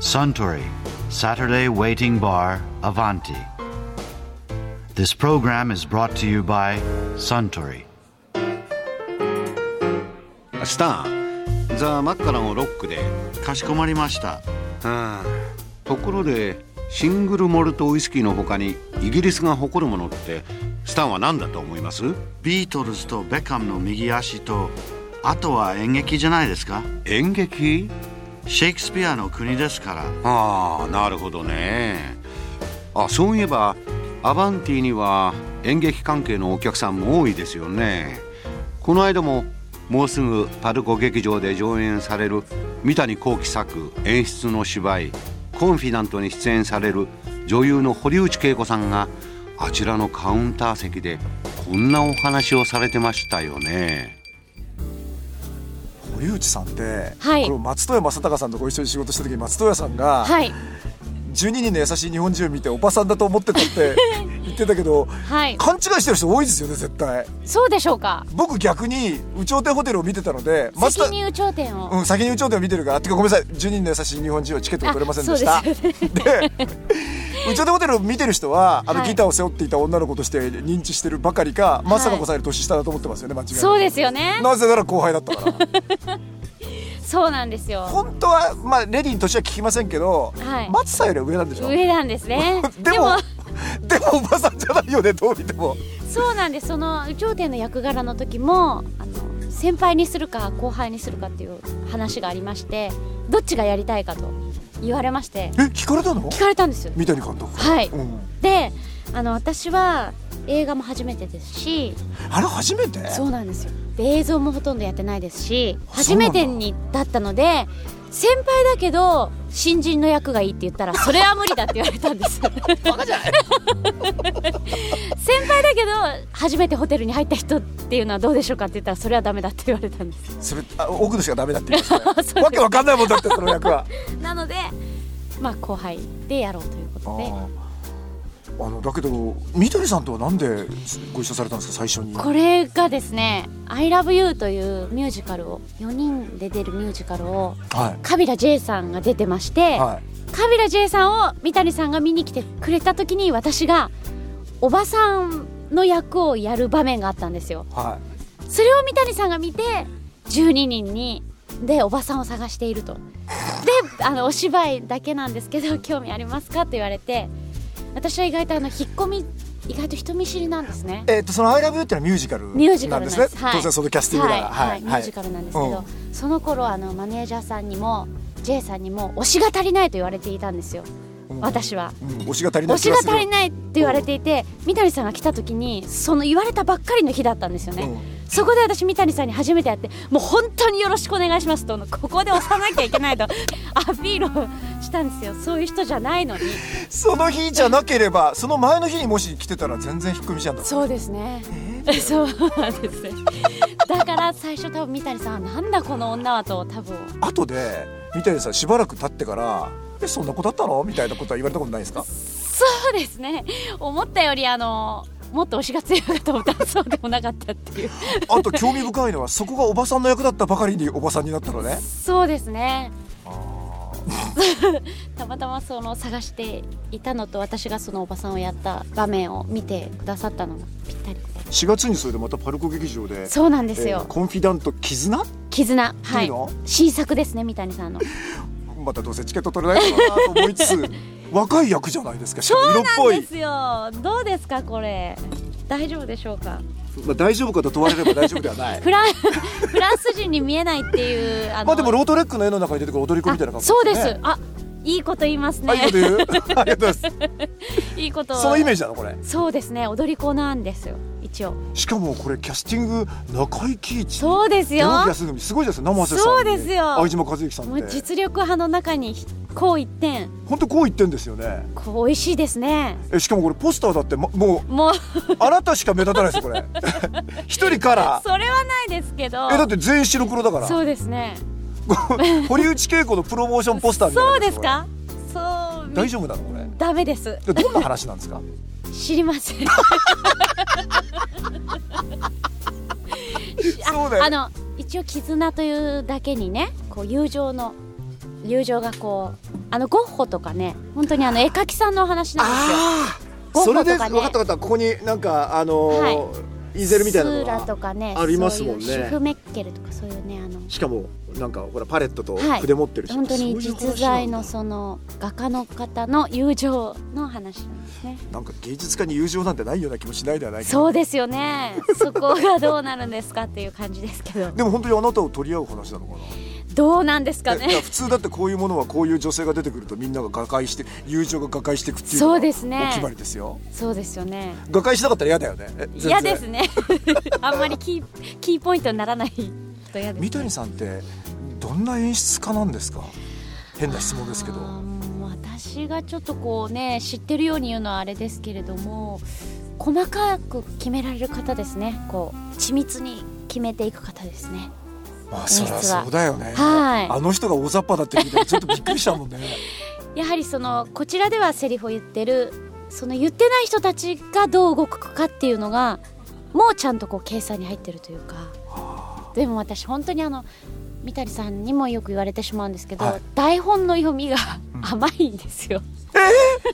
Suntory Saturday Waiting Bar Avanti. This program is brought to you by Suntory. スターザ・マッカランをロックでうんところでシングルモルトウイスキーの他にイギリスが誇るものってスタンは何だと思います演か劇しこまりましたビートルズとベッカムの右足とあとは演劇じゃないですかシェイクスピアの国ですからああなるほどねあそういえばアバンティには演劇関係のお客さんも多いですよねこの間ももうすぐパルコ劇場で上演される三谷幸喜作演出の芝居「コンフィダント」に出演される女優の堀内恵子さんがあちらのカウンター席でこんなお話をされてましたよね堀内さんって、はいこれ松任谷正隆さんとご一緒に仕事した時に松任谷さんが、はい12人の優しい日本人を見ておばさんだと思ってたって 言ってたけどはい勘違いしてる人多いですよね絶対そうでしょうか僕逆に「有頂天ホテル」を見てたので松責田任頂点を、うん、先に有頂天を見てるからてかごめんなさい12人の優しい日本人はチケットが取れませんでしたあ そうですで有頂天ホテルを見てる人はあのはいギターを背負っていた女の子として認知してるばかりかい松坂子さんより年下だと思ってますよね間違いなくそうですよねなぜなら後輩だったからそうなんですよ本当はまあレディーに年は聞きませんけど、はい松さんよりは上なんでしょ上なんですね でもでもおばさんじゃないよねどう見てもそうなんですその有頂天の役柄の時もあの先輩にするか後輩にするかっていう話がありましてどっちがやりたいかと言われましてえ聞かれたの聞かれたんですよ三谷監督はいうん、であの私は映画も初めてですしあれ初めてそうなんですよで映像もほとんどやってないですしあ初そうなんめだてにだったので先輩だけど新人の役がいいって言ったらそれは無理だって言われたんです バカじゃない先輩だけど初めてホテルに入った人っていうのはどうでしょうかって言ったらそれはダメだって言われたんですそれあ奥の人がダメだって言い ましたわけわかんないもんだってその役はなのでまあ後輩でやろうということであのだけど三谷さんとはなんでご一緒されたんですか最初にこれがですね「ILOVEYOU」というミュージカルを4人で出るミュージカルをはカビラ J さんが出てまして、いはカビラ J さんを三谷さんが見に来てくれた時に私がおばさんの役をやる場面があったんですよいはそれを三谷さんが見て12人にでおばさんを探しているとであのお芝居だけなんですけど 興味ありますかって言われて私は意外とあの引っ込み意外と人見知りなんですねいえっ、とその「アイラブユーってのはミュージカルミュージカなんルでなんすでねす、はい当然そのキャスティングだはいはいミュージカルなんですけど、うんその頃あのマネージャーさんにも J さんにも推しが足りないと言われていたんですよ、うん私はうん、推しが足りない推気しががする足りないって言われていて三谷さんが来た時にその言われたばっかりの日だったんですよね、うんそこで私三谷さんに初めて会ってもう本当によろしくお願いしますとここで押さなきゃいけないとアピールをしたんですよそういう人じゃないのにその日じゃなければその前の日にもし来てたら全然引っ込みじゃんだそうですね、そうなんですねだから最初多分三谷さんはなんだこの女はと多分後で三谷さんしばらく経ってから「えそんな子だったの?」みたいなことは言われたことないですかそうですね思ったよりあのもっと推しが強いかと思ったらそうでもなかったっていうあと興味深いのはそこがおばさんの役だったばかりにおばさんになったのねそうですね。 たまたまその探していたのと私がそのおばさんをやった場面を見てくださったのがぴったりで4月にそれでまたパルコ劇場でそうなんですよえーコンフィダント絆絆はいいいの新作ですね三谷さんのまたどうせチケット取れないのかなと思いつ つ若い役じゃないですかしかも色っぽい、すよどうですかこれ大丈夫でしょうかまあ、大丈夫かと問われれば大丈夫では ないフランフランス人に見えないっていうあまあでもロートレックの絵の中に出てくる踊り子みたいなあ感じそうです、ねあいいこと言いますあいいねこと 言うありがとうございまいいことすそのイメージなのこれそうですね踊り子なんですよ一応しかもこれキャスティング中井貴一そうですよ山崎康文すごいですよ生瀬さんにそうですよ相島和之さんもっうて実力派の中にこう一点本当こう言ってんですよねこう美味しいですねえしかもこれポスターだって、ま、もうもう あなたしか目立たないですよこれ 一人からそれはないですけどえだって全員白黒だからそうですね堀内恵子のプロモーションポスターみたいなやそうつですかそうこれ大丈夫なのこれダメですでどんな話なんですか知りませんそう だ あの一応絆というだけにねこう友情の友情がこうあのゴッホとかね本当にあの絵描きさんのお話なんですよああゴッそホれとかねで分かった分かったここになんかあのーイーゼルみたいなのスーラとがかねありますもんねそういうシュフメッケルとかそういうねあのしかもなんかほらパレットとはい筆持ってるし本当にそういう話実在なのんだその画家の方の友情の話なんですねなんか芸術家に友情なんてないような気もしないではないけどそうですよねそこがどうなるんですかっていう感じですけど でも本当にあなたを取り合う話なのかなどうなんですかえだからね普通だってこういうものはこういう女性が出てくるとみんなが瓦解して友情が瓦解していくっていうのがそうですおね決まりですよそうですよね瓦解しなかったら嫌だよねえ全然嫌ですね あんまりキーキーポイントにならないと嫌です三谷さんってどんな演出家なんですか変な質問ですけどあーもう私がちょっとこうね知ってるように言うのはあれですけれども細かく決められる方ですねこう緻密に決めていく方ですねまあそりゃそうだよねはいあの人が大雑把だって聞いたらちょっとびっくりしたもんねやはりそのこちらではセリフを言ってるその言ってない人たちがどう動くかっていうのがもうちゃんとこう計算に入ってるというかでも私本当にあの三谷さんにもよく言われてしまうんですけど、はい台本の読みが甘いんですよ。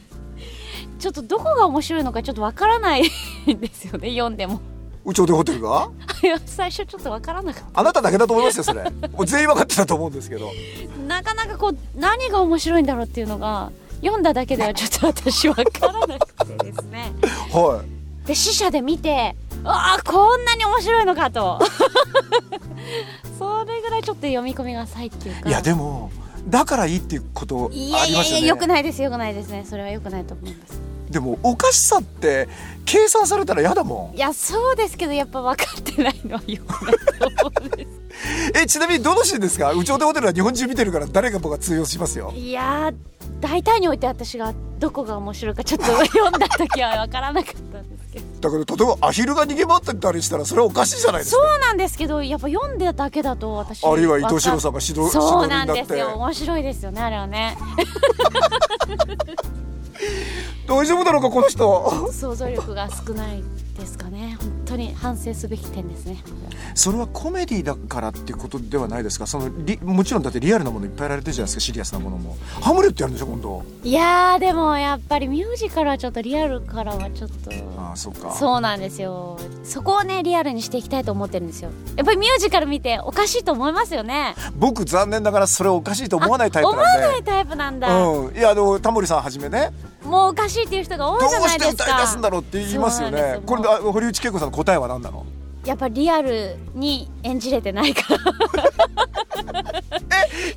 ちょっとどこが面白いのかちょっとわからないんですよね読んでも うちょでホテルがいや最初ちょっとわからなかっあなただけだと思いますよそれもう全員分かってたと思うんですけどたなかなかこう何が面白いんだろうっていうのが読んだだけではちょっと私わからなくてですねはで死者で見てああこんなに面白いのかと それぐらいちょっと読み込みが浅いっていうかいいやでもだからいいっていうことあいりやいやまいすやよねよくないですよくないですねそれはよくないと思いますでもおかしさって計算されたら嫌だもんいやそうですけどやっぱ分かってないのはよ くないと思うんですえちなみにどのシーンですか「宇宙でホテル」は日本中見てるから誰が僕は通用しますよいやー大体において私がどこが面白いかちょっと読んだ時は分からなかったんですけどだから例えばアヒルが逃げ回ってたりしたらそれはおかしいじゃないですそかうなんですけどやっぱ読んでだけだと私あるいは伊藤四郎さんが指導そう指なん導になでっすてよ面白いですよねあれはね大丈夫だろうかこの人想像力が少ないですかね本当に反省すべき点ですねそれはコメディだからってことではないですかそのリもちろんだってリアルなものいっぱいやられてるじゃないですかシリアスなものもハムレットやるんでしょ今度いやーでもやっぱりミュージカルはちょっとリアルからはちょっとああそうかそうなんですよそこをねリアルにしていきたいと思ってるんですよやっぱりミュージカル見ておかしいと思いますよね僕残念ながらそれをおかしいと思わないタイプ思わなんでないタイプなんだ、うん、いやあのタモリさんはじめねもうおかしいっていう人が多どいうじゃなしいてですか歌い出すんだろうって言いますよそうなんねですこれもあ堀内恵子さんの答えは何なのうやっぱリアルに演じれてないから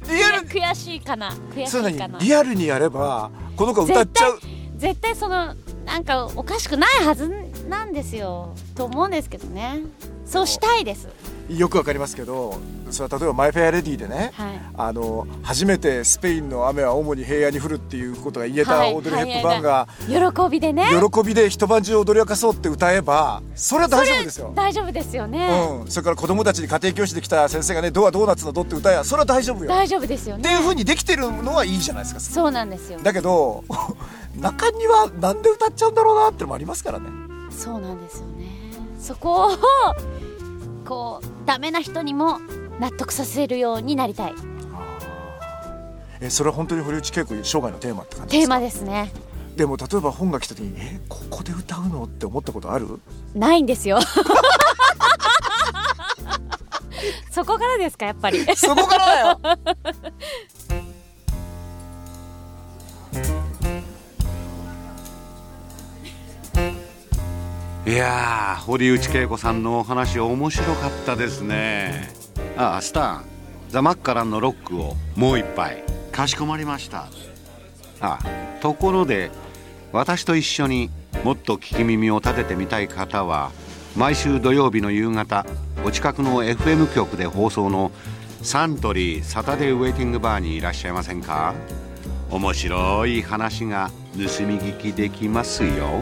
リアル 悔しいかな悔しそういか何なリアルにやればこの子は歌っちゃう絶対そのなんかおかしくないはずなんですよと思うんですけどねそうしたいですよくわかりますけどそれは例えば「マイ・フェア・レディ」でね、はいあの初めてスペインの雨は主に平野に降るっていうことが言えたはいオードリー・ヘップバーンが喜びでね喜びで一晩中踊り明かそうって歌えばそれは大丈夫ですよ。大丈夫ですよね、うん、それから子供たちに家庭教師で来た先生がね「ドアドーナツのド」って歌えばそれは大丈夫よ。大丈夫ですよってねいうふうにできてるのはいいじゃないですかそうなんですよだけど 中にはなんで歌っちゃうんだろうなってのもありますからねそうなんですよねそこをこうダメな人にも納得させるようになりたいえそれは本当に堀内恵子生涯のテーマって感じテでーすかマですねでも例えば本が来た時にえここで歌うのって思ったことあ るない んですよそこからですかやっぱりそこからだよいやー堀内恵子さんのお話面白かったですねああスタンザ・マッカランのロックをもう一杯かしこまりました。ああところで私と一緒にもっと聞き耳を立ててみたい方は毎週土曜日の夕方お近くの FM 局で放送のサントリーサタデーウェイティングバーにいらっしゃいませんか面白い話が盗み聞きできますよ